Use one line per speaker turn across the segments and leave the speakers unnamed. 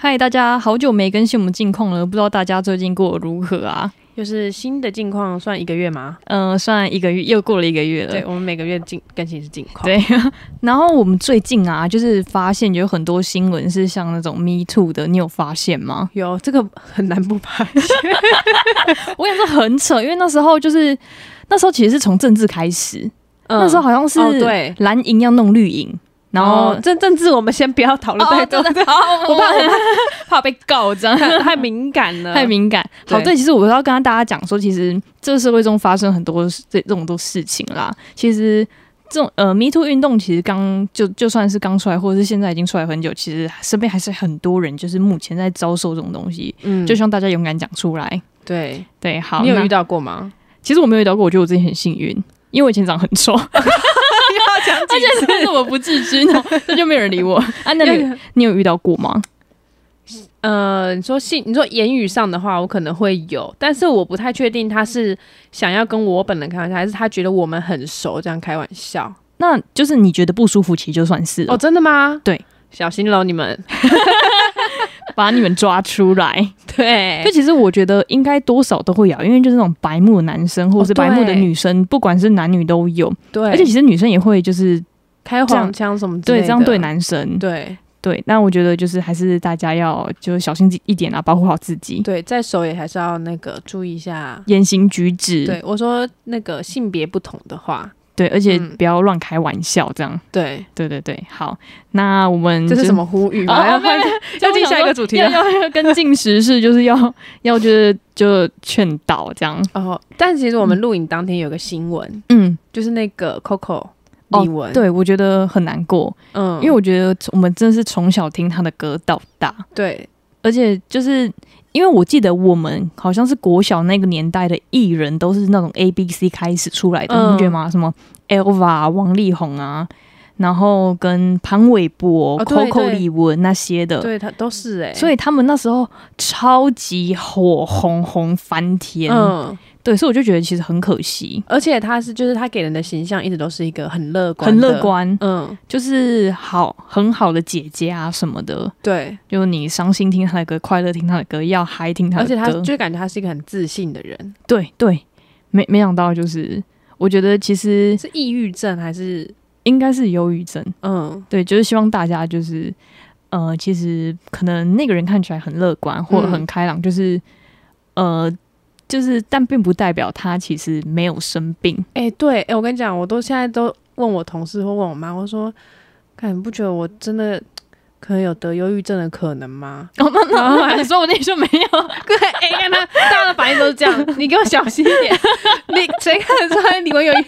嗨，大家好久没更新我们近况了，不知道大家最近过得如何啊？
就是新的近况算一个月吗？
嗯、算一个月又过了一个月了。
对，我们每个月近更新是近况。，
对， 然后我们最近啊，就是发现有很多新闻是像那种 Me Too 的，你有发现吗？
有这个很难不拍。
我想说很扯，因为那时候就是那时候其实是从政治开始，
嗯
那时候好像是
哦对
蓝营要弄绿营，然后
哦、政政治我们先不要讨论太多，
对 对，好，我怕我怕怕被告这样。
太 太敏感了，
太敏感。
嗯对
好，对，其实我要跟大家讲说，其实这个社会中发生很多这这种多事情啦。其实这种呃 Me Too 运动，其实刚就就算是刚出来，或者是现在已经出来很久，其实身边还是很多人就是目前在遭受这种东西，
嗯
就希望大家勇敢讲出来。
对。
对，好，
你有
那
遇？到过吗？
其实我没有遇到过，我觉得我自己很幸运，因为我以前长很 丑， 而
要讲几
且但是我不自知呢，这就没有人理我。啊， 那你
次？
你有遇到过吗？
呃，你说性，你说言语上的话，我可能会有，但是我不太确定他是想要跟我本人开玩笑，还是他觉得我们很熟这样开玩笑。
那就是你觉得不舒服，其实就算是
哦，
了，
真的吗？
对，
小心喽，你们。
把你们抓出来。
对
就其实我觉得应该多少都会有，因为就是那种白目的男生或者是
哦对
白目的女生，不管是男女都有，
对，
而且其实女生也会就是
开
这样
黄腔什么之类
对
的
这样对男生，
对
对。那我觉得就是还是大家要就是小心一点啊，保护好自己，
对，在手也还是要那个注意一下。
言行举止，
对我说那个性别不同的话，
对而且
嗯
不要乱开玩笑，这样，
对，
对对对。好，那我们
这
就是
什么呼吁
啊
吗？要
没有
换
没
要进下一个主题
要
了。
要要跟进时事，就是要要就是就劝导这样，
哦，但其实我们录影当天有个新闻，
嗯，
就是那个 Coco
哦
李玟，，
对我觉得很难过，
嗯，
因为我觉得我们真的是从小听他的歌到大，
对
而且就是因为我记得我们好像是国小那个年代的艺人都是那种 A B C 开始出来的，
嗯
你不觉得吗？什么 Elva、王力宏啊，然后跟潘玮柏、
哦对
Coco
对
李玟那些的，
对，他都是哎，
所以他们那时候超级火红红翻天，
嗯，
对，所以我就觉得其实很可惜，
而且他是就是他给人的形象一直都是一个很乐观，
很乐，观，
嗯，
就是好很好的姐姐啊什么的，
对，
就你伤心听他的歌，快乐听他的歌，要嗨听他
而
的歌，
且他就感觉他是一个很自信的人，
对对，没没想到就是，我觉得其实
是抑郁症还是
应该是忧郁症，
嗯
对，就是希望大家就是，呃，其实可能那个人看起来很乐观或者很开朗，就是呃，就是但并不代表他其实没有生病，
哎、对，哎、我跟你讲，我都现在都问我同事或问我妈，我说，看你不觉得我真的可能有得忧郁症的可能吗？
哦，那那那说不定就没有，
对，哎、看他大家的反应都是这样，你给我小心一点，你谁看得出来你们有忧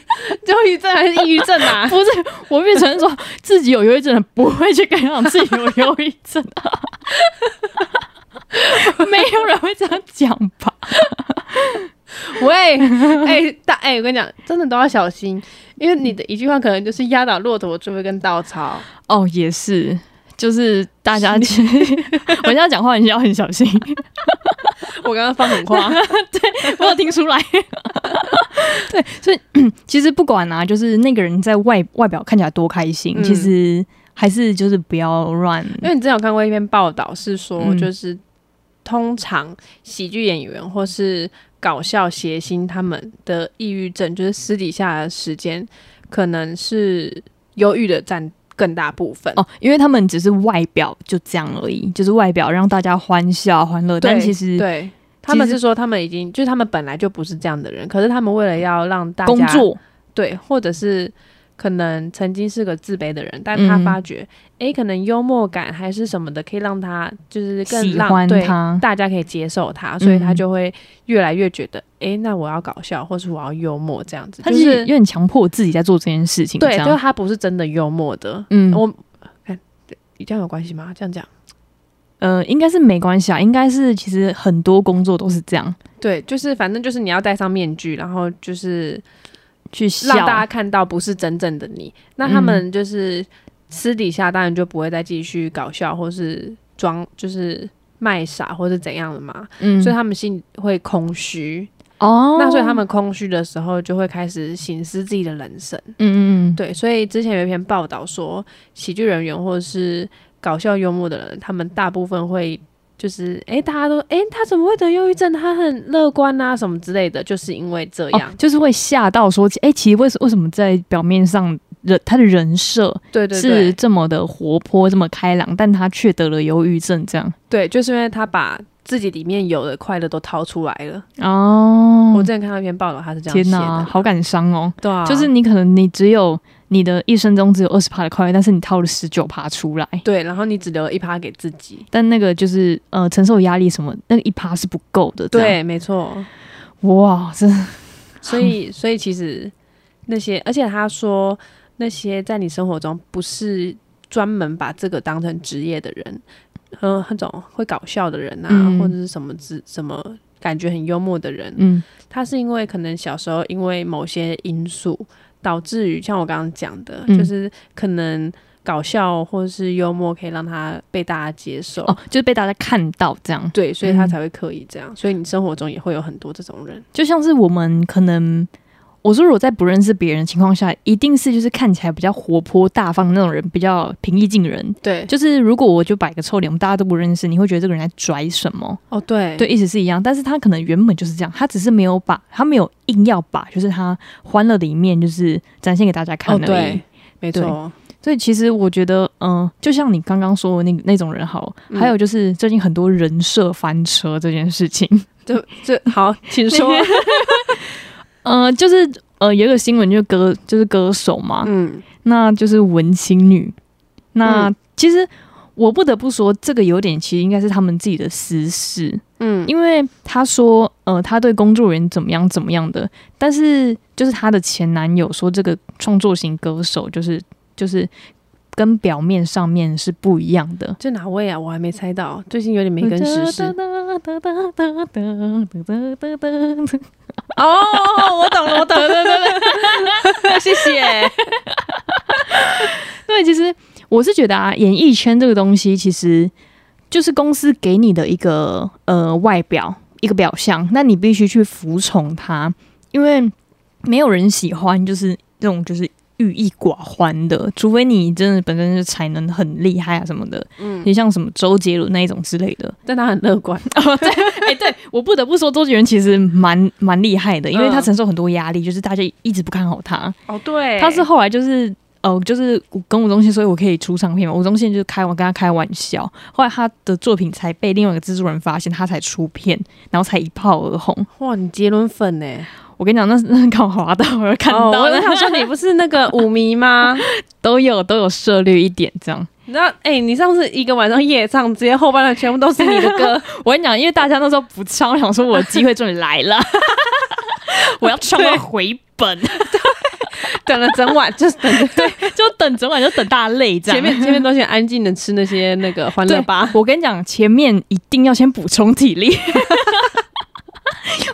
郁症还是抑郁症啊？
不是我变成说自己有忧郁症的不会去跟你讲自己有忧郁症、 没有人会这样讲吧？
喂， 哎、大哎、我跟你讲，真的都要小心，因为你的一句话可能就是压倒骆驼最后一根稻草。
哦，也是，就是大家其实，我现在讲话你要很 小心，
我刚刚放狠话，
我有听出来。对，所以 其实不管啊，就是那个人在外外表看起来多开心，
嗯
其实还是就是不要乱。
因为你之前有看过一篇报道，是说
嗯
就是、通常喜剧演员或是搞笑谐星他们的抑郁症，就是私底下的时间可能是忧郁的占更大部分。
哦，因为他们只是外表就这样而已，就是外表让大家欢笑欢乐，
对，
但其实
对。他们是说，他们已经就是他们本来就不是这样的人，可是他们为了要让大家
工作
对，或者是可能曾经是个自卑的人，但
嗯
他发觉，诶，可能幽默感还是什么的，可以让他就是更
喜
让
欢
对
他，
大家可以接受他，所以他
嗯
就会越来越觉得，诶，那我要搞笑，或是我要幽默这样子，
他
就
其实
是
有点强迫自己在做这件事情，
对，
这
就是
样
他不是真的幽默的。
嗯，
我看这样有关系吗？这样讲，
呃，应该是没关系啊，应该是其实很多工作都是这样
对，就是反正就是你要戴上面具，然后就是
去笑
让，大家看到不是真正的你。那他们就是私底下当然就不会再继续搞笑，或是装就是卖傻，或是怎样的嘛。
嗯
所以他们心里会空虚，
哦，
那所以他们空虚的时候就会开始醒思自己的人生。
嗯嗯嗯，
对，所以之前有一篇报道说，喜剧人员或者是搞笑幽默的人，他们大部分会就是哎、诶大家都哎、诶他怎么会得忧郁症？他很乐观啊，什么之类的，就是因为这样。
哦，就是会吓到说，哎、其实为什为什么在表面上人他的人设
对对对，
是这么的活泼、这么开朗，但他却得了忧郁症这样？
对，就是因为他把自己里面有的快乐都掏出来了。
哦，
我之前看到一篇报道，他是这样
天
写
哪，
的，
好感伤哦。
对啊，
就是你可能你只有你的一生中只有二十趴的快乐，但是你掏了十九趴出来，
对，然后你只留了一趴给自己。
但那个就是呃承受压力什么，那个一趴是不够的。这样，
对，没错。
哇，这
所以，所以其实那些，而且他说那些在你生活中不是专门把这个当成职业的人，和那种会搞笑的人啊，
嗯
或者是什么之什么感觉很幽默的人，
嗯
他是因为可能小时候因为某些因素导致于，像我刚刚讲的，
嗯
就是可能搞笑或是幽默可以让他被大家接受。
哦，就是被大家看到这样。
对，所以他
嗯
才会刻意这样，所以你生活中也会有很多这种人，
就像是我们可能，我说如果在不认识别人的情况下，一定是就是看起来比较活泼大方的那种人，比较平易近人。
对，
就是如果我就摆个臭脸，我们大家都不认识，你会觉得这个人在拽什么？
哦，对，
对，意思是一样，但是他可能原本就是这样，他只是没有把，他没有硬要把，就是他欢乐的一面，就是展现给大家看
哦，
而已。
对，没
对
错，
所以其实我觉得，嗯、就像你刚刚说的那那种人好了，
嗯
还有就是最近很多人设翻车这件事情，
这这 好，请说。
呃，就是呃有一个新闻，就是歌就是歌手嘛，
嗯，
那就是文青女。那、其实我不得不说，这个有点其实应该是他们自己的私事，
嗯，
因为她说呃她对工作人员怎么样怎么样的，但是就是她的前男友说这个创作型歌手就是就是跟表面上面是不一样的。
这哪位啊？我还没猜到，最近有点没跟时事。
哦，我懂了，我懂了，对对对，谢谢。对，其实我是觉得啊，演艺圈这个东西其实就是公司给你的一个呃外表一个表象，那你必须去服从它，因为没有人喜欢就是这种就是郁郁寡欢的，除非你真的本身就才能很厉害啊什么的，
嗯，
你像什么周杰伦那一种之类 的。
但他很乐观。
哦，对，哎、对我不得不说，周杰伦其实蛮蛮厉害的，因为他
嗯
承受很多压力，就是大家一直不看好他。
哦，对
他是后来就是呃，就是跟吴宗宪，所以我可以出唱片嘛。吴宗宪就是开玩跟他开玩笑，后来他的作品才被另外一个制作人发现，他才出片，然后才一炮而红。
哇，你杰伦粉呢？
我跟你讲，那那刚好滑到，我有看
哦
到，
我想说你不是那个 舞迷吗？
都有都有 涉猎一点这样。
那哎，你上次一个晚上夜唱，直接后半段全部都是你的 歌。
我跟你讲，因为大家那时候不唱，我想说我的机会终于来 了，我要唱到回本，
等了整 晚，就是等
就等整晚就等大家累这样。
前面前面都先安静的吃那些那个欢乐吧。
我跟你讲，前面一定要先补充体 力，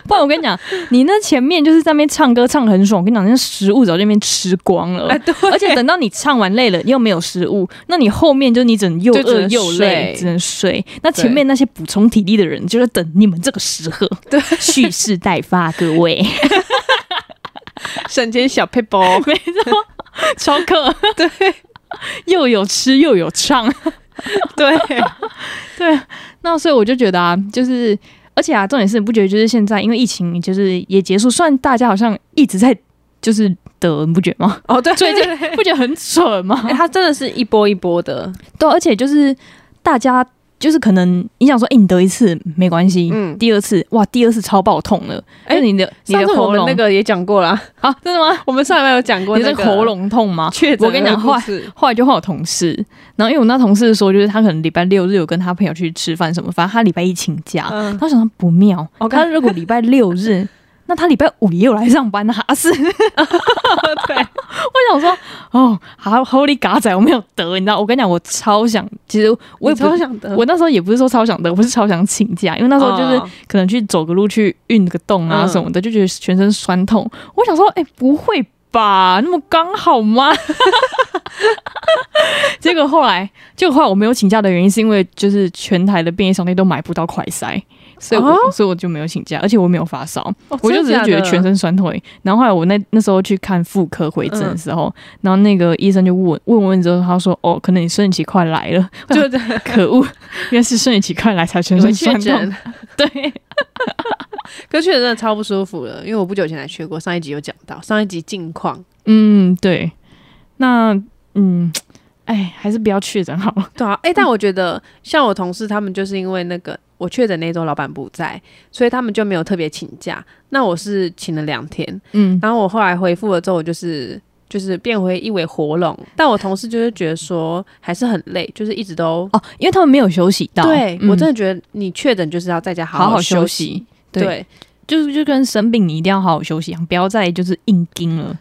不然我跟你讲，你那前面就是在那边唱歌唱得很爽，我跟你讲，那食物早就在那边吃光了。
哎，对，
而且等到你唱完累了，又没有食物，那你后面就你只能又
就只
饿
能
又累
睡，
只能睡。那前面那些补充体力的人，就在等你们这个时刻，
对，
蓄势待发，各位，
省钱小 paper。
没错， 超客，
对
又有吃又有唱，
对，
对，那所以我就觉得啊，就是而且啊，重点是你不觉得就是现在因为疫情就是也结束，虽然大家好像一直在就是得，你不觉得 吗？
哦对，
最
最
近
近
不觉得很蠢吗？
他真的是一波一波的。
对，而且就是大家就是可能你想说，哎、你得一次没关系，
嗯
第二次哇，第二次超爆痛了，哎、
哎
你的你
上
的
次我
喉
们
咙
那个也讲过啦，
啊，真的吗？
我们上一班有讲过
你
那
的
个
喉咙痛吗？
确诊，
我跟你讲话，后来就换我同事，然后因为我那同事说，就是他可能礼拜六日有跟他朋友去吃饭什么，反正他礼拜一请假，
嗯，
他想说不妙，
我
他
看
如果礼拜六日， 那他礼拜五也有来上班啊？啊是，我
对，
想说，哦，好，Holy 嘎仔，我没有得，你知道？我跟你讲，我超想，其实我
我
也
也
不
超。想得，
我那时候也不是说超想得，我是超想请假，因为那时候就是
哦
可能去走个路、去运个动啊
嗯
什么的，就觉得全身酸痛。我想说，哎、不会吧？那么刚好吗？ 结果后来，结果后来我没有请假的原因是因为就是全台的便利商店都买不到快塞，所以我、
哦
所以我就没有请假，而且我没有发烧，
哦
我就只是觉得全。
真的假的
身酸痛而已。然后后来我那那时候去看妇科回诊
嗯
的时候，然后那个医生就问问问之后，他说：“哦，可能你生理期快来了。”
就
就可恶，原来是生理期快来才全
我
身
确
酸痛
诊。，
对，
可确诊真的超不舒服了，因为我不久前才去过，上一集有讲到，上一集近况，
嗯，对。那嗯，哎，还是不要确诊好了。
对啊，哎、但我觉得像我同事他们就是因为那个我确诊那周老板不在，所以他们就没有特别请假。那我是请了两天，
嗯，
然后我后来恢复了之后，我就是就是变回一尾活龙。但我同事就是觉得说还是很累，就是一直都。
哦，因为他们没有休息到，
对、
嗯
我真的觉得你确诊就是要在家
好
好
好
休
休息。
对
对
对
就是就跟生病，你一定要好好休息，啊不要再就是硬盯了。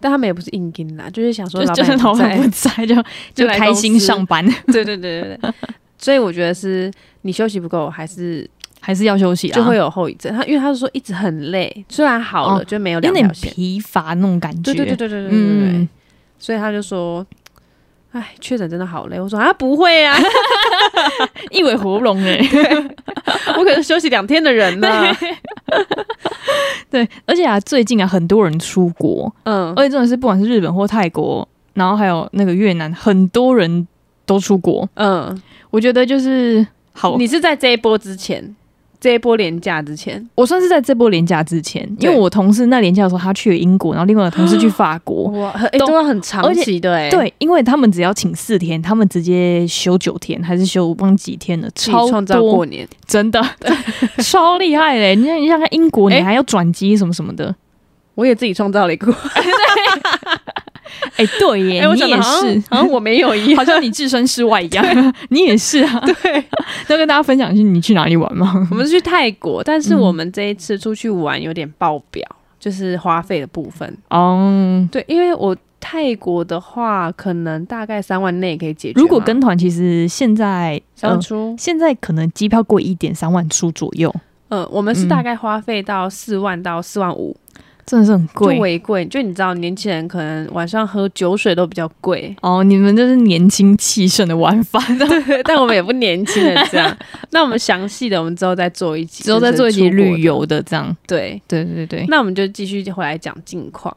但他们也不是硬盯啦，就是想说
就
老
就
板
是
也
老
在
板不在，就
就
就
来
开
公
心
司
上 班，
对对对 对对。所以我觉得是你休息不够，还是
还是要休息啊，
就会有后遗症。他因为他是说一直很累，虽然好了、
哦
就没有
有
两
点
条线。
疲乏那种感觉。
对对对对对对对对对
嗯，
所以他就说：“哎，确诊真的好累。”我说：“啊，不会啊，
一尾活 龙哎、
我可是休息两天的人呢。
对，而且啊，最近啊，很多人出国，”
嗯，
而且真的是不管是日本或泰国，然后还有那个越南，很多人都出国。
嗯，
我觉得就是好，
你是在这一波之前，这一波廉价之前，
我算是在这波廉假之前，因为
对
我同事那廉假的时候，他去了英国，然后另外的同事去法国。
哇，很欸
都
都要很长
而且
期的哎，，
对，因为他们只要请四天，他们直接休九天，还是休忘几天了，
自己
超
创造
多
过年，
真的 超厉害嘞！你看，你想看英国，
哎
你还要转机什么什么的。
我也自己创造了一个。
哎、对耶，
哎，我
你
讲的
也
好像
是，
好像我没有一样。
好像你置身事外 一样，你也是啊。
对，
要跟大家分享一下你去哪里玩吗？
我们是去泰国，但是
嗯
我们这一次出去玩有点爆表，就是花费的部分。
哦、
对，因为我泰国的话，可能大概三万内可以解决吗。
如果跟团，其实现在
三万
呃
出，
现在可能机票贵一点，三万出左右，
嗯，我们是
嗯
大概花费到四万到四万五，
真的是很
就
贵。，
为贵。就你知道，年轻人可能晚上喝酒水都比较 贵
哦，你们这是年轻气盛的玩 法，
但我们也不年轻了这 样。那我们详细的，我们之后再做一集，
之后再做一集旅
游。
游的这样。
对，
对对对，
那我们就继续回来讲近况。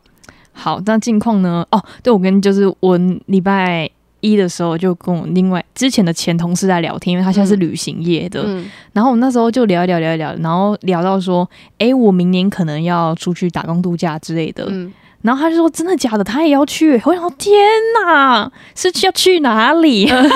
好，那近况呢？哦，对，我跟就是我礼拜一的时候就跟我另外之前的前同事在聊天，因为他现在是
嗯
旅行业的，
嗯，
然后我们那时候就聊一聊聊一聊，然后聊到说，诶，我明年可能要出去打工度假之类的。
嗯，
然后他就说：“真的假的？他也要去。”我想说：“天哪，是要去哪里？”
嗯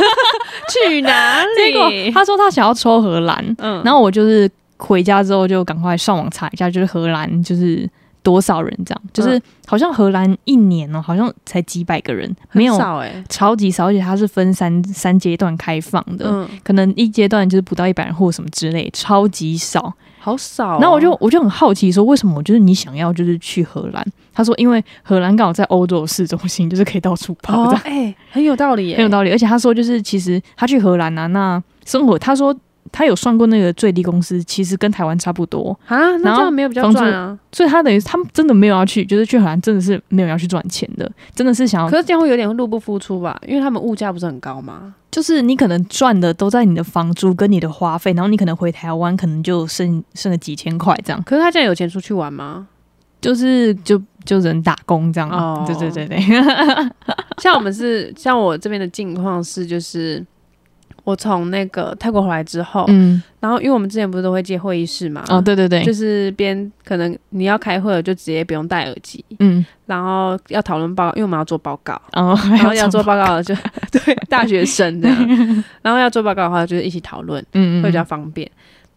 去哪
结果
里？
他说他想要抽荷兰，
嗯
然后我就是回家之后就赶快上网查一下，就是荷兰就是多少人这样，
嗯
就是好像荷兰一年哦、好像才几百个人，
很
没有
少哎，
超级少，而且它是分三三阶段开放的，
嗯，
可能一阶段就是不到一百人或什么之类，超级少。
好少哦。
然后我就我就很好奇说，为什么就是你想要就是去荷兰？他说，因为荷兰刚好在欧洲的市中心，就是可以到处跑，
哦
这样，
哎，很有道理耶，
很有道理。而且他说，就是其实他去荷兰啊，那生活他说他有算过那个最低工资，其实跟台湾差不多，
啊，那
然
这
后
样没有比较
房租
赚啊？
所以他等于他们真的没有要去，就是去荷兰真的是没有要去赚钱的，真的是想要，
可是这样会有点入不敷出吧？因为他们物价不是很高吗？
就是你可能赚的都在你的房租跟你的花费，然后你可能回台湾可能就剩剩了几千块这样，
可是他这样有钱出去玩 吗？
就是就就人打工这样。啊
哦
对对对对，
像我们是，像我这边的境况是，就是我从那个泰国回来之后，
嗯，
然后因为我们之前不是都会借会议室嘛，
哦，对对对，
啊就是边可能你要开会了就直接不用戴耳机，
嗯，
然后要讨论报告，因为我们要做报告，
哦，还
然后要
重
做报告的就 对大学 生这样，然后要做报告的话就是一起讨论，
嗯嗯，
会比较方便。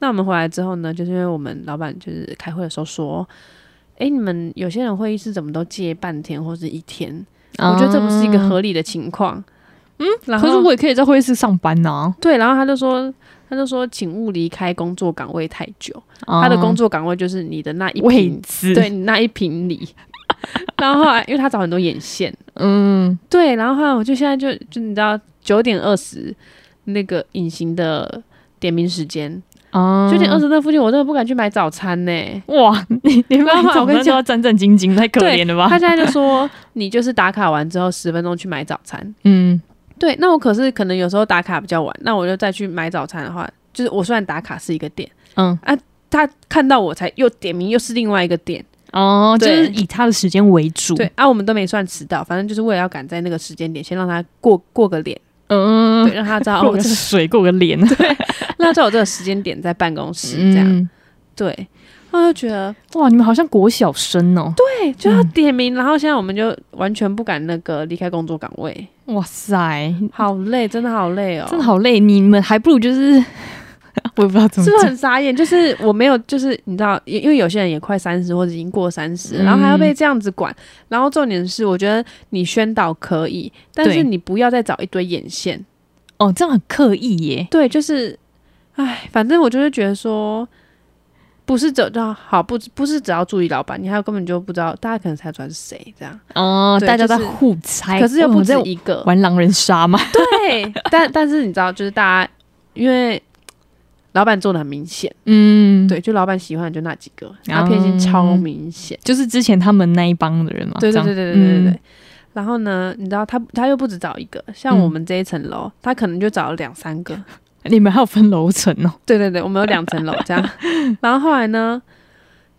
那我们回来之后呢，就是因为我们老板就是开会的时候说，哎、你们有些人会议室怎么都借半天或是一天？
嗯，
我觉得这不是一个合
理。
理的情况。嗯，然
可是
后
我也可以在会议室上班啊呐、
对，然后他就说，他就说，请勿离开工作岗位太久。
啊
哦他的工作岗位就是你的那一
位
平，
置，
对，你那一平里。 然后后来，因为他找很多眼线，
嗯，
对，然后后来我就现在就就你知道九点二十那个隐形的点名时间，
啊
九点二十那附近，我真的不敢去买早餐呢、
哇，你你
然
妈
后我
早
跟你
上就
讲
要战战兢兢，太可
对
怜了
他
吧？
现在就说，你就是打卡完之后十分钟去买早餐。
嗯，
对，那我可是可能有时候打卡比较晚，那我就再去买早餐的话，就是我虽然打卡是一个点，
嗯，
他看到我才又点名，又是另外一个点。
哦，就
对
是以他的时间为主，
对，啊，我们都没算迟到，反正就是为了要赶在那个时间点，先让他过过个脸，
嗯，
对，让他知道
过
哦，
个
这个
水，过个脸，
让他知道我这个时间点在办公室这样。
嗯，
对，然后就觉得
哇，你们好像国小生哦，
对，哎就要点名，然后现在我们就完全不敢那个离开工作岗位，
对，哇塞，
好累，真的好累哦，
真的好累，你们还不如就是 我也不知道怎么
是不是
讲，
很傻眼？就是我没有，就是你知道，因因为有些人也快三十或者已经过三十、
嗯
然后还要被这样子管。然后重点是，我觉得你宣导可以，但是
对
你不要再找一堆眼线。
哦，这样很刻意耶，
对，就是，唉，反正我就是觉得说，不是只要好不不是只要注意老板，你还有根本就不知道，大家可能猜出来是谁这样，
哦，
对
大家
就
在
是
互猜，
可是又
哇
不止
在
一个。
玩狼人杀嘛，
对， 但但是你知道，就是大家因为老板做的很明显，
嗯，，
对，就老板喜欢的就那几个，他偏心超明显。
就是之前他们那一帮的人嘛，
对
哦这样
对对对对对对。
嗯
然后呢，你知道他他又不止找一个，
嗯
像我们这一层楼，他可能就找了两三 个。
你们还有分楼层哦，
对对对，我们有两层楼 这样。然后后来呢，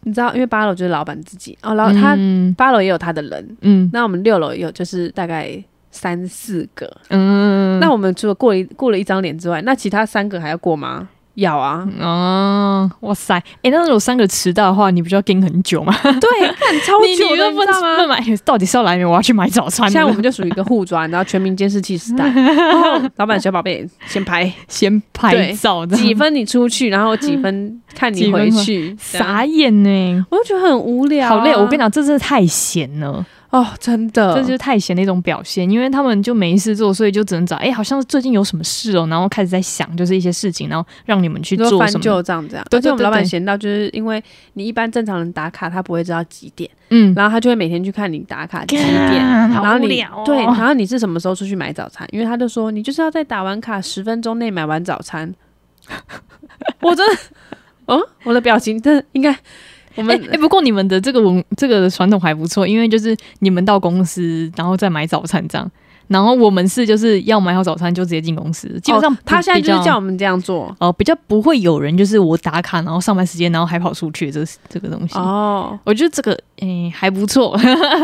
你知道，因为八楼就是老板自己哦，然后他、
嗯
八楼也有他的人，
嗯
那我们六楼也有，就是大概三四个。
嗯，
那我们除了过一过了一张脸之外，那其他三个还要过吗？要啊，
嗯哦，哇塞！哎、那如果三个迟到的话，你不就要跟很久吗？
对，看超
你
久
你
的，
就
你
问
知道吗？
问买到底是要来没有？我要去买早餐了。
像我们就属于一个互抓，然后全民监视器时 代。然后老板小宝贝先拍
先拍照的，
几分你出去，然后几分看你回去，这样
傻眼呢、
我就觉得很无聊啊、
好累！我跟你
你
讲，这真的太闲了，
哦，真的，
这就是太闲的一种表现。因为他们就没事做，所以就只能找哎、好像最近有什么事哦，然后开始在想就是一些事情，然后让你们去
你说
做
翻
什么。
旧账这样。
对对
而且我们
对
老板
对
闲到，就是因为你一般正常人打卡，他不会知道几点，
嗯，
然后他就会每天去看你打卡几点。
干
嗯然后
好无
你、
聊哦。
对，然后你是什么时候出去买早餐？因为他就说你就是要在打完卡十分钟内买完早餐。 我真的，嗯，我的表情真的应该我
哎、
们、
哎不过你们的这个文这个传统还不错，因为就是你们到公司然后再买早餐这样，然后我们是就是要买好早餐就直接进公司，基本上
哦
不、
他现在就是
比较
叫我们这样做
哦、比较不会有人就是我打卡然后上班时间然后还跑出去这这个东西，
哦，
我觉得这个诶、还不错，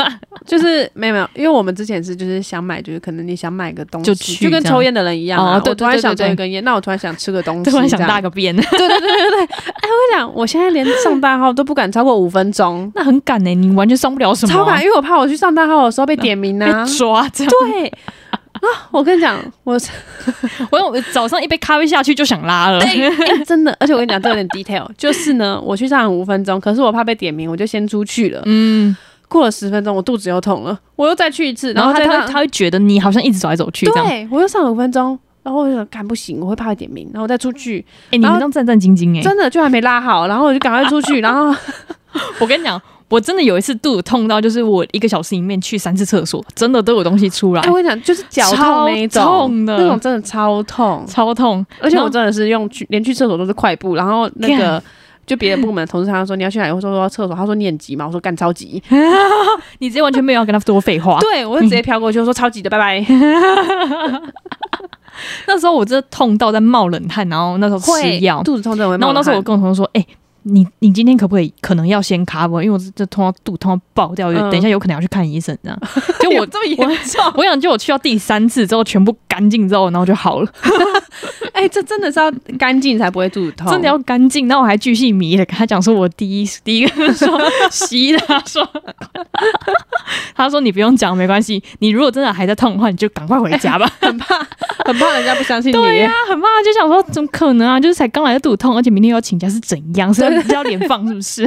就是没有没有，因为我们之前是就是想买，就是可能你想买个东西，
就
就
去
跟
这样
抽烟的人一样、啊，
哦对
我突
对
然
对
想
对
抽
对
一根烟，那我突然想吃个东西，
突然想
这样
大，个便，，
对对对对对，哎，我跟你讲，我现在连上大号都不敢超过五分钟
那很赶呢、欸你完全上不了 什么啊、
超赶，因为我怕我去上大号的时候被点名啊
被。抓 这样。
对啊，我跟你讲，我
我我早上一杯咖啡下去就想拉了，
哎真的，而且我跟你讲，这有点 detail，就是呢，我去上五分钟，可是我怕被点名，我就先出去了。
嗯，
过了十分钟，我肚子又痛了，我又再去一次，
然后
再
他
让
他他会觉得你好像一直走来走去这样，哎、
对，我又上了五分钟，然后我就想，干不行，我会怕被点名，然后我再出去，
欸你们这样战战兢兢哎、
真的就还没拉好，然后我就赶快出 去，然后
我跟你讲，我真的有一次肚子痛到，就是我一个小时里面去三次厕所，真的都有东西出来，
哎，我跟你讲，哎就是脚痛
超
那一种，
痛的
那种真的超痛，
超痛。
而且
然后
我真的是用去连去厕所都是快步，然后那 个。就别的部门的同事，他说你要去哪里？我说我要厕所。他说你很急吗？我说干超急。
你直接完全没有要跟他多废话。
对，我就直接飘过去，我说超急的，拜拜。
那时候我真的痛到在冒冷汗，然后那时候吃药，
肚子痛症会
然
冒
后
冷汗。
那时候我跟我同事说，哎、你你今天可不可以可能要先 cover，因为我这这痛到肚子痛到爆掉，有
嗯
等一下有可能要去看医生 这样。就
有
我
这么严
我我想就我去到第三次之后全部干净之后，然后就好了，
哎、这真的是要干净才不会肚子痛。
真的要干净。然后我还巨细靡遗的跟他讲说，我第一第一个说洗的，他说他说你不用讲没关系，你如果真的还在痛的话，你就赶快回家 吧。
很怕， 很怕人家不相信你。
哎对呀、很怕，就想说怎么可能啊？就是才刚来就肚子痛，而且明天又要请假，是怎样？是 要要脸放是不是？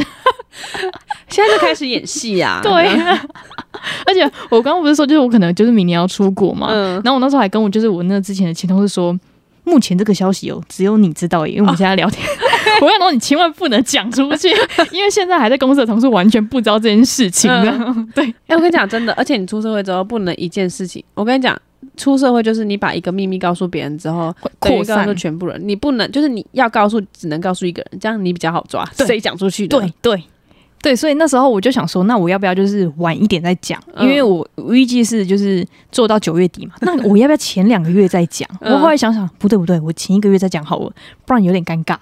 现在就开始演戏 啊。
对、啊。 而且我刚刚不是说，就是我可能就是明年要出国嘛。
嗯，
然后我那时候还跟我就是我那之前的前同事说，目前这个消息哦，只有你知道耶，因为我
哦
们现在聊天。 我想说你千万不能讲出去， 因为现在还在公司的同事完全不知道这件事情的。对，
哎、我跟你讲真的，而且你出社会之后不能一件事情，我跟你讲。出社会就是你把一个秘密告诉别人之后，等于
扩
告
散
诉全部人，你不能就是你要告诉，只能告诉一个人，这样你比较好抓，
对
谁讲出去的？
对对，对，所以那时候我就想说，那我要不要就是晚一点再讲？
嗯
因为我预计是就是做到九月底嘛，那我要不要前两个月再讲？
嗯
我后来想想，不对不对，我前一个月再讲好了，不然有点尴尬。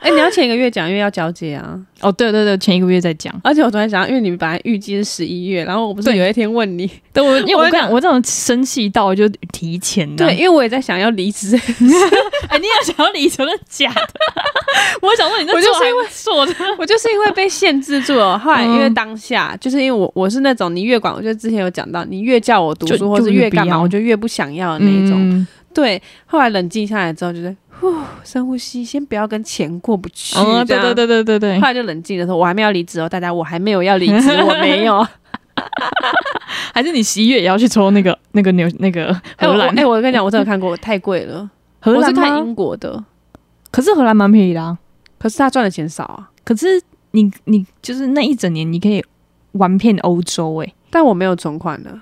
哎、你要前一个月讲，因为要交接啊。
哦，对对对，前一个月再讲。
而且我突然想到，因为你们本来预计是十一月，然后我不是
对
有一天问你，
对，我因为
我
我跟
跟
你
你讲
讲，我这种生气到就提前这
对，
样
因为我也在想要离职，
哎，你也想要理由的假的？ 我想问你，
我
那
就
做
是因
还做的？
我就是因为被限制住了。后来因为
嗯
当下，就是因为我我是那种你越管，我就之前有讲到，你越叫我读
就
书或
就是越
越
不
干嘛，
要嗯
我就越不想要的那一
那
种。
种
对，后来冷静下来之后，就是呼深呼吸，先不要跟钱过不去。
哦，
这
对
样
对。对对对对
后，来就冷静的时候，我还没有离职哦，大家，我还没有要离职， 我没有。
还是你十一月也要去抽那个那个牛那个
哎
荷
我我
兰
哎、？我跟你讲，我真的看过，太贵了。
荷
我是
兰
看
吗？
英国的，
可是荷兰蛮便宜的啊。
可是他赚的钱少啊。
可是你你就是那一整年，你可以玩遍欧洲哎、欸。
但我没有存款的，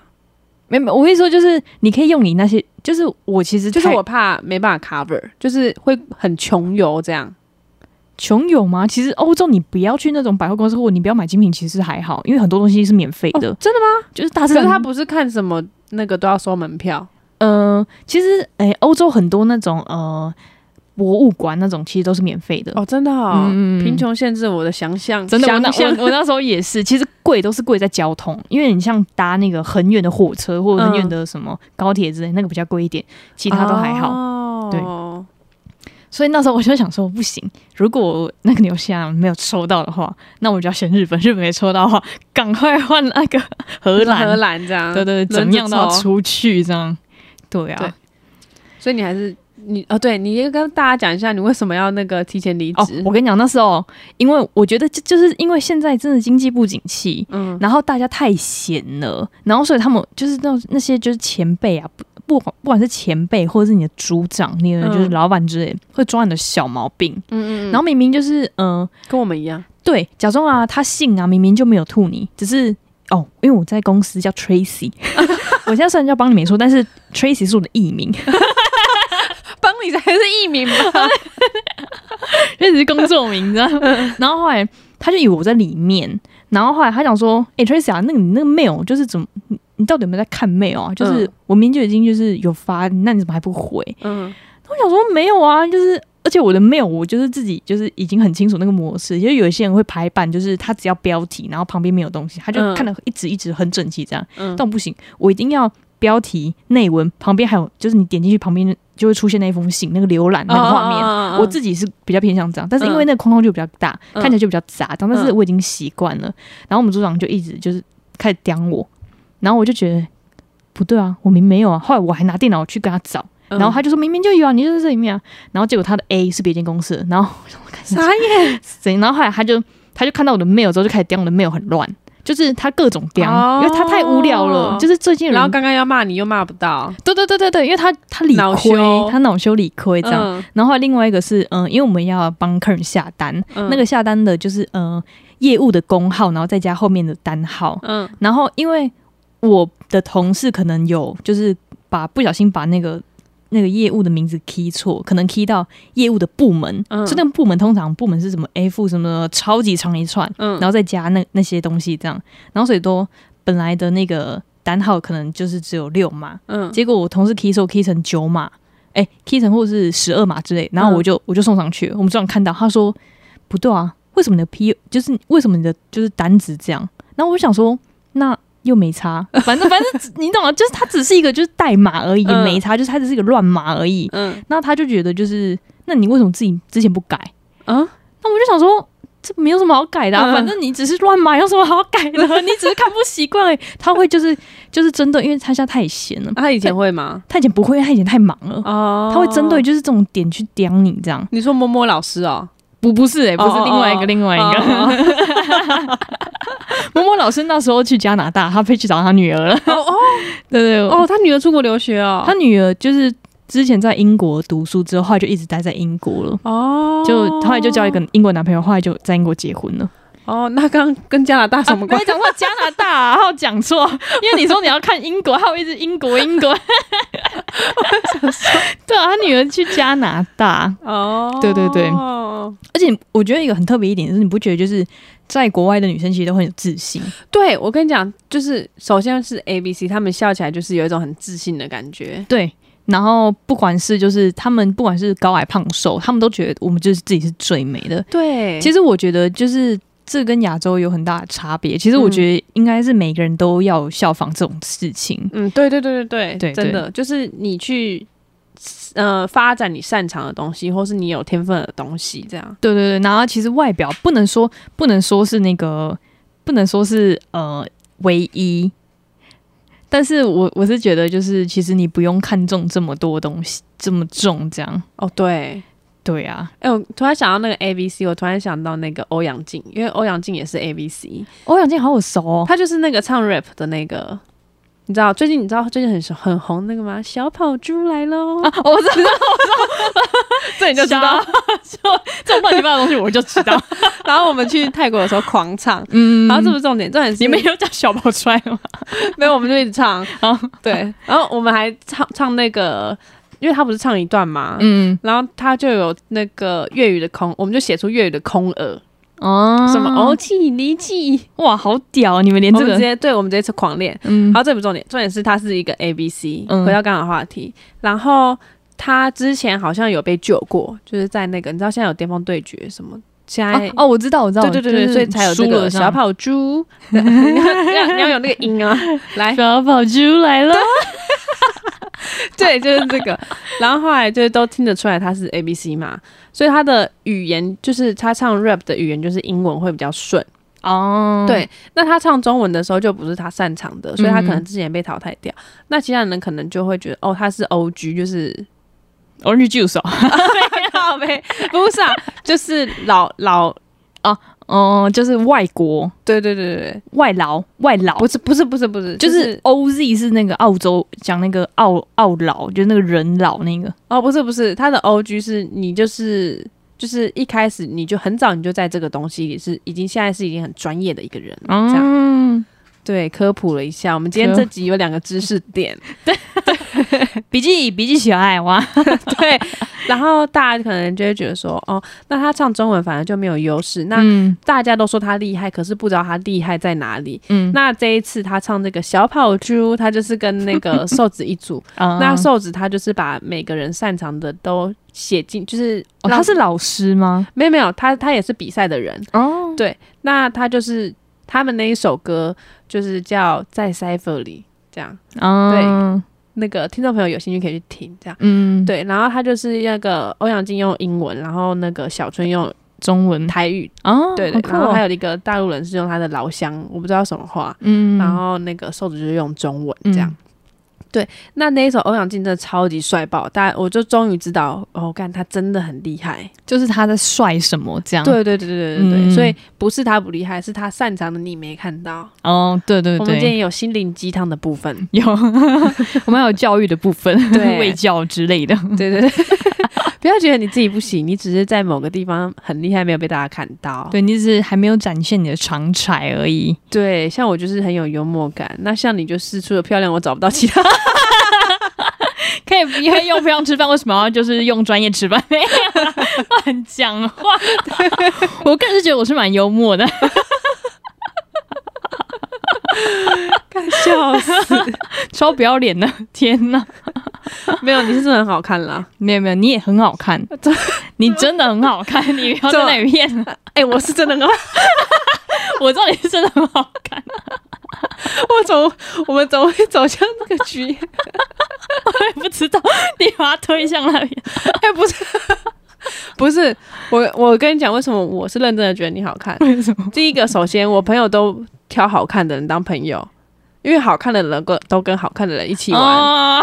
没没，我跟你说，就是你可以用你那些，就是我其实
就是
太
我怕没办法 cover，就是会很穷游这样。
穷游嘛。其实欧洲你不要去那种百货公司，或你不要买精品，其实还好，因为很多东西是免费的。
哦真的吗？
就是大
可
致
是
上
他不是看什么那个都要收门票，
呃，其实诶，欧、洲很多那种呃博物馆那种，其实都是免费的。
哦，真的哦，
嗯嗯嗯
贫穷限制我的想象，
真的，我那
想象
我我那时候也是，其实贵都是贵在交通，因为你像搭那个很远的火车或者很远的什么高铁之类，那个比较贵一点，其他都还好。
哦、
对所以那时候我就想说，不行，如果我那个纽西兰没有抽到的话，那我就要选日本，日本没抽到的话，赶快换那个荷兰。
荷兰这样，
对对对，怎
轮
么
着
样都要
抽
出去这样。对啊，
对所以你还是你哦，对，你也跟大家讲一下，你为什么要那个提前离
哦
职？，
我跟你讲，那时候因为我觉得就就是因为现在真的经济不景气，
嗯，
然后大家太闲了，然后所以他们就是那种那些就是前辈啊，不不管不管是前辈或者是你的组长，你的
嗯
就是老板之类，会抓你的小毛病，
嗯嗯，
然后明明就是嗯、呃
跟我们一样，
对，假装啊，他姓啊，明明就没有吐你，只是哦，因为我在公司叫 Tracy，我现在虽然叫帮你没错，但是 Tracy 是我的艺 名，
帮你才是艺名吧？
那只是工作名，你啊知道吗？ 然后后来他就以为我在里面，然后后来他想说：“哎、t r a c y 啊，那个你那个 mail 就是怎么，你你到底有没有在看 mail 啊？就是、
嗯
我明明就已经就是有发，那你怎么还不回
嗯，？”
我想说没有啊，就是而且我的 mail 我就是自己就是已经很清楚那个模式，就是有一些人会排版，就是他只要标题，然后旁边没有东西，他就
嗯
看得一直一直很整齐这样。
嗯
但我不行，我一定要。标题、内文旁边还有，就是你点进去旁边就会出现那封信、那个浏览、那个
哦
画面，我自己是比较偏向这样，但是因为那个框框就比较大，
嗯
看起来就比较杂，但是
嗯
我已经习惯了。然后我们组长就一直就是开始刁我，然后我就觉得不对啊，我明明没有啊。后来我还拿电脑去跟他找，
嗯
然后他就说明明就有啊，你就在这里面啊。然后结果他的 A 是别间公司的，然后我看
傻眼，
谁，然后后来他就他就看到我的 mail 之后就开始刁我的 mail 很乱，就是他各种刁，
哦
因为他太无聊了，就是最近有
然后
人。
刚刚要骂你又骂不到，
对对对对对，因为他他理
恼
亏
羞，
他恼羞理亏这样，
嗯
然后另外一个是，嗯、因为我们要帮客人下单，
嗯
那个下单的就是，呃，业务的工号，然后再加后面的单号。
嗯
然后因为我的同事可能有就是把不小心把那个那个业务的名字 key 错，可能 key 到业务的部门，
嗯
所以那个部门通常部门是什么 F 什么超级长一串，
嗯，
然后再加那那些东西这样，然后所以都本来的那个单号可能就是只有六码，
嗯
结果我同事 key 手 key 成九码，哎、k e y 成或是十二码之类，
嗯
然后我就、我就送上去了。我们组长看到，他说不对啊，为什么你的 P 就是为什么你的就是单子这样？然后我就想说，那又没差，反正反正 你懂吗？就是它只是一个就是代码而已，也
嗯
没差，就是它只是一个乱码而已。
嗯
那他就觉得就是，那你为什么自己之前不改？
嗯，
那我就想说，这没有什么好改的、啊，
嗯
反正你只是乱买，有什么好改的？ 你只是看不习惯而已。他会就是就是针对，因为他现在太闲了，
他以前会吗？
他以前不会，他以前太忙了，
哦，
他会针对就是这种点去刁你这样。
你说摸摸老师哦，
不，不是、欸，不
哦
是
哦
另外一个，
哦
另外一个。
哦
某某老师那时候去加拿大，他飞去找他女儿了。
哦
对对
哦，哦，他女儿出国留学哦，
他女儿就是之前在英国读书之后，后来就一直待在英国了。
哦，
就后来就交一个英国男朋友，后来就在英国结婚了。
哦，那刚跟加拿大什么关
啊没讲错加拿大、啊，还有讲错，因为你说你要看英国，还有一直英国英国。对有，他女儿去加拿大，
哦，
啊对对对
对，
而且我觉得一个很特别一点就是，你不觉得就是在国外的女生其实都很有自信，
对我跟你讲，就是首先是 A B C，他们笑起来就是有一种很自信的感觉。
对。然后不管是就是他们不管是高矮胖瘦，他们都觉得我们就是自己是最美的。
对
其
实
实我觉得就是这跟亚洲有很大的差别。其实我觉得应该是每个人都要效仿这种事情。
嗯，对对对对对，
对
真的就是你去呃发展你擅长的东西，或是你有天分的东西，这样。
对对对，然后其实外表不能说不能说是那个不能说是呃唯一，但是我我是觉得就是其实你不用看重这么多东西这么重这样。
哦，对。
对啊，
哎、我突然想到那个 A B C，我突然想到那个欧阳靖，因为欧阳靖也是 A B C，
欧阳靖好耳熟 哦。
他就是那个唱 rap 的那个，你知道最近你知道最近很很红那个吗？小跑猪来喽！
啊，我知道，
这你就知 道。
这种乱七八糟的东西我就知 道。
然后我们去泰国的时候狂唱，
嗯，
然后这不是重点，重点是
你们有叫小宝出来吗？
没有，我们就一直唱。
啊，
对，然后我们还唱唱那个，因为他不是唱一段嘛，
嗯，
然后他就有那个粤语的空，我们就写出粤语的空耳，
哦，
什么哦气离气，
哇，好屌！你们连
我
这
啊们直
个，
接对，我们直接是狂练。
嗯
然，后这不重点，重点是他是一个 A B C。
嗯
回到刚刚的话题，然后他之前好像有被救过，就是在那个你知道现在有巅峰对决什么，现
啊
在、
哦，我知道，我知道，
哎对对
就
对对，
是
所以才有这
输
个
了
小
样
跑 猪，对你要你要你要有那个音啊，来，
小跑猪来了，
对，就是这个。然后后来就是都听得出来他是 A B C 嘛，所以他的语言就是他唱 rap 的语言就是英文会比较顺。
哦，
对，那他唱中文的时候就不是他擅长的，所以他可能
嗯
之前被淘汰掉。那其他人可能就会觉得哦，他是 O G，就是
，Orange Juice 哦
靠呗，不是啊，就是老老，
哦，就是外国
对对对对对，
外劳外劳
不，是不是不是不是，
哦就是是 OZ 是那个澳洲讲那个澳澳老，就是那个人老那个，
哦，不是不是，他的 O G 是你就是。就是一开始你就很早你就在这个东西里是已经现在是已经很专业的一个人了，这样
嗯，
对，科普了一下。我们今天
科
这集有两个知识 点，
笔记笔记起来哇，
对。然后大家可能就会觉得说，哦，那他唱中文反而就没有优势。那
嗯
大家都说他厉害，可是不知道他厉害在哪里。
嗯，
那这一次他唱这个小跑猪，他就是跟那个瘦子一组。
啊
那瘦子他就是把每个人擅长的都写进，就是
哦
让
他是老师吗？
没有没有，他他也是比赛的人。
哦，
对，那他就是他们那一首歌就是叫在 Cipher 里这样。
啊，
那个听众朋友有兴趣可以去听，这样。
嗯，
对，然后他就是那个欧阳靖用英文，然后那个小春用
中文
台语，
哦，
对
好
对，
酷
然后
哦
还有一个大陆人是用他的老乡，我不知道什么话，
嗯，
然后那个瘦子就是用中文
嗯
这样。对，那那一首欧阳靖真的超级帅爆，大家我就终于知道哦，干他真的很厉害。
就是他在帅什么这样，
对对对对对对，
嗯
所以不是他不厉害，是他擅长的你没看到。
哦，对对对，
我们今天也有心灵鸡汤的部分，
有， 我们还有教育的部 分，
对
卫教之类的。
对对对，不要觉得你自己不行，你只是在某个地方很厉害，没有被大家看到。
对，你只是还没有展现你的长才而已。
对，像我就是很有幽默感，那像你就是除了漂亮，我找不到其 他。
可以不要用不用吃饭，为什么要就是用专业 吃饭？没有啦乱讲话。 我个人是觉得我是蛮幽默的，
笑死！
超不要脸的。天哪，
没有，你是真的很好看啦。
没有没有，你也很好看，你真的很好看，你不要在那里 骗了。
哎、我是真的很好，
我知道你是真的很好看，
我总我们总会走向这个局。
我也不知道你把它推向那边。
哎、不是，不是，我我跟你讲，为什么我是认真的觉得你好看？
为什么？
第一个，首先我朋友都挑好看的人当朋友，因为好看的人跟都跟好看的 人一起玩。
啊！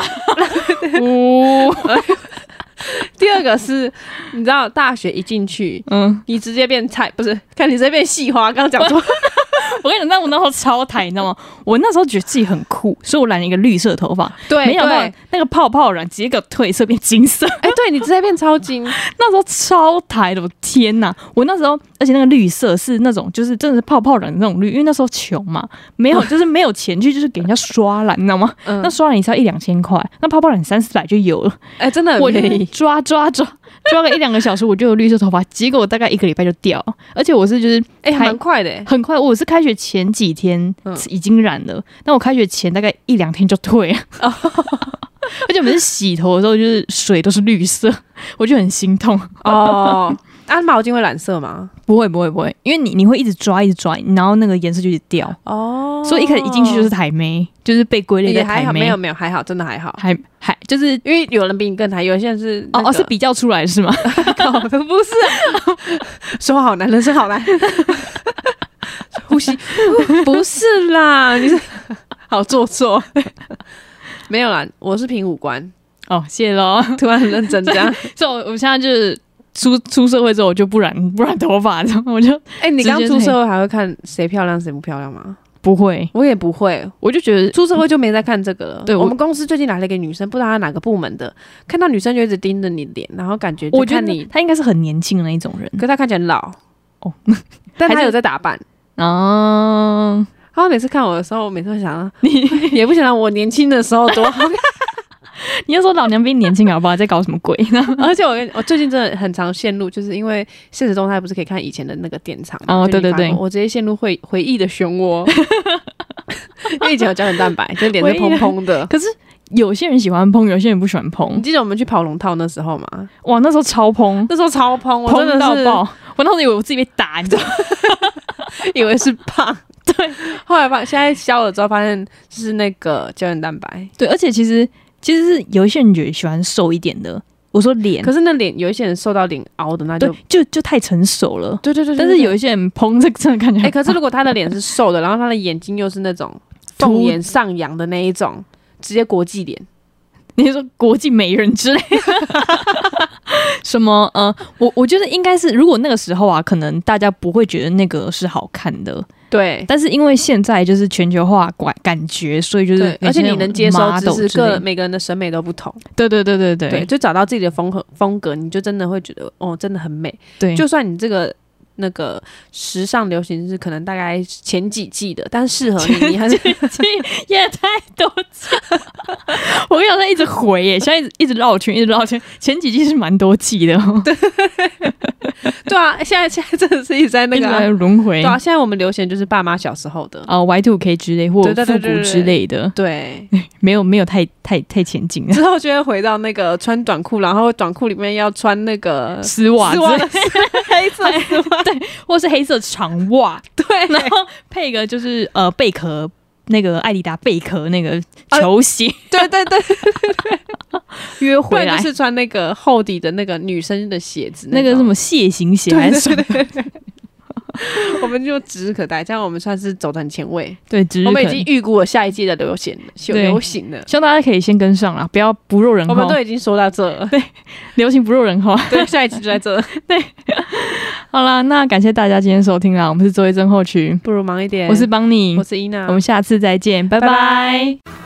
呜，
第二个是，你知道大学一进去，
嗯，
你直接变菜，不是？看你直接变细花，刚刚讲错。
我跟你讲，那我那时候超台，你知道吗？我那时候觉得自己很酷，所以我染了一个绿色头发，
对
没想到
对
那个泡泡染直接给我褪色变金色。
哎、对对你直接变超金，
那时候超台的，我天呐！我那时候，而且那个绿色是那种就是真的是泡泡染的那种绿，因为那时候穷嘛，没有就是没有钱去，就是给人家刷染，你知道吗？
嗯
那，刷染一次要一两千块，那泡泡染三四百就有了。
哎、真的
我
很
就
便宜，
抓抓抓抓个一两个小时，我就有绿色头发，结果我大概一个礼拜就掉了，而且我是就是
哎、还
还
蛮快的、哎
很快，我是开学前几天
嗯
已经染了，但我开学前大概一两天就退 了。而且每次洗头的时候，就是水都是绿色，我就很心痛。
哦， 啊，毛巾会染色吗？
不会不会不会，因为你你会一直抓一直抓，然后那个颜色就一直掉，
哦，
所以一开始一进去就是台妹，就是被归类
也
在
还
台
好，
妹，
没有没有还好，真的还好，
还还就是。
因为有人比你更台，有些人是、
哦哦，是比较出来 是吗？
高的，不是、 啊，说好难，人生好难，呼吸不是啦，你是好做作， 没有啦，我是评五官，
哦，谢喽。
突然很认真这 样，
所以我我现在就是出出社会之后，我就不染 不染头发，然后我就
哎、你刚
直接
出
退
社会还会看谁漂亮谁不漂亮吗？
不会，
我也不会，
我就觉得
出社会就没再看这个了。
对
我
我
们公司最近来了一个女生，不知道她哪个部门的，看到女生就一直盯着你脸，然后感觉就
我觉
看
得
你，
他应该是很年轻的那一种人
可是她看起来很老
哦，
但
还
她
是
有在打扮。
啊。
她每次看我的时候，我每次会想 到，也不想让我年轻的时候多好看。
你要说老娘比你年轻好不好？在搞什么鬼？
而且我跟你我最近真的很常陷入，就是因为现实动态不是可以看以前的那个典藏嘛
哦
就
对
你
对
发过
对
我直接陷入回回 忆的漩涡。因为以前有胶原蛋白，就脸是
回忆
蓬
的
蓬 的。
可是有些人喜欢碰，有些人不喜欢
你
碰。
记得我们去跑龙套那时候吗？
哇，那时候超碰，
嗯那时候超蓬，我真
碰到
的是
爆！我那时候以为我自己被打，你知道吗？
以为是胖， 对，后来发现现在消了之后，发现是那个胶原蛋白。
对，而且其实其实是有一些人也喜欢瘦一点的。我说脸，
可是那脸有一些人瘦到脸凹的，那就
对，就就太成熟了。
对对对
但是有一些人碰，这真的看起
哎、
来
可是如果他的脸是瘦的，然后他的眼睛又是那种
凸
凤眼上扬的那一种，直接国际脸。
你是说国际美人之类的， 什么呃，我我觉得应该是，如果那个时候啊，可能大家不会觉得那个是好看的，
对，
但是因为现在就是全球化感感觉，所以就是
对，而且你能接受，只是个
个
每个人的审美都不同，
对对对对对
对，
对
就找到自己的风格风格，你就真的会觉得哦，真的很美。
对，
就算你这个那个时尚流行是可能大概前几季的，但是适合你，你还是
也太多季， 我跟你讲，他一直回耶，现在一直一直绕圈，一直绕圈，前几季是蛮多季的哦，
对啊，现在现在真的是一直在那
一直
个啊、
在轮回
对啊，现在我们流行就是爸妈小时候的，
啊，Y two K 之类或
对对
复
对对
古
对
之类的，
对，
没有没有太太太前进了，
之后就会回到那个穿短裤，然后短裤里面要穿那个
丝袜
呃丝
之类哎
袜的黑色丝袜，
或是黑色长袜，
对，
然后配一个就是呃贝壳。那个艾迪达贝壳那个
啊
球鞋、
对对对，
约
不
回
然
来
就，是穿那个厚底的那个女生的鞋子，
那个什么蟹形鞋还
对
是什
对
么？
对对。对 我们就指日可待，这样我们算是走得很前卫。
对，指日
我们已
可
经
待
预估了下一季的流行
对
流行了，
希望大家可以先跟上啦，不要不入人
我们
后
都，已经说到这了。
流行不入人后。
对， 下一季就 在这，
好啦，那感谢大家今天收听啦，我们是周一真后曲，
不如忙一点。
我是邦尼啊
我，是伊娜，
我们下次再见，拜
拜
拜
拜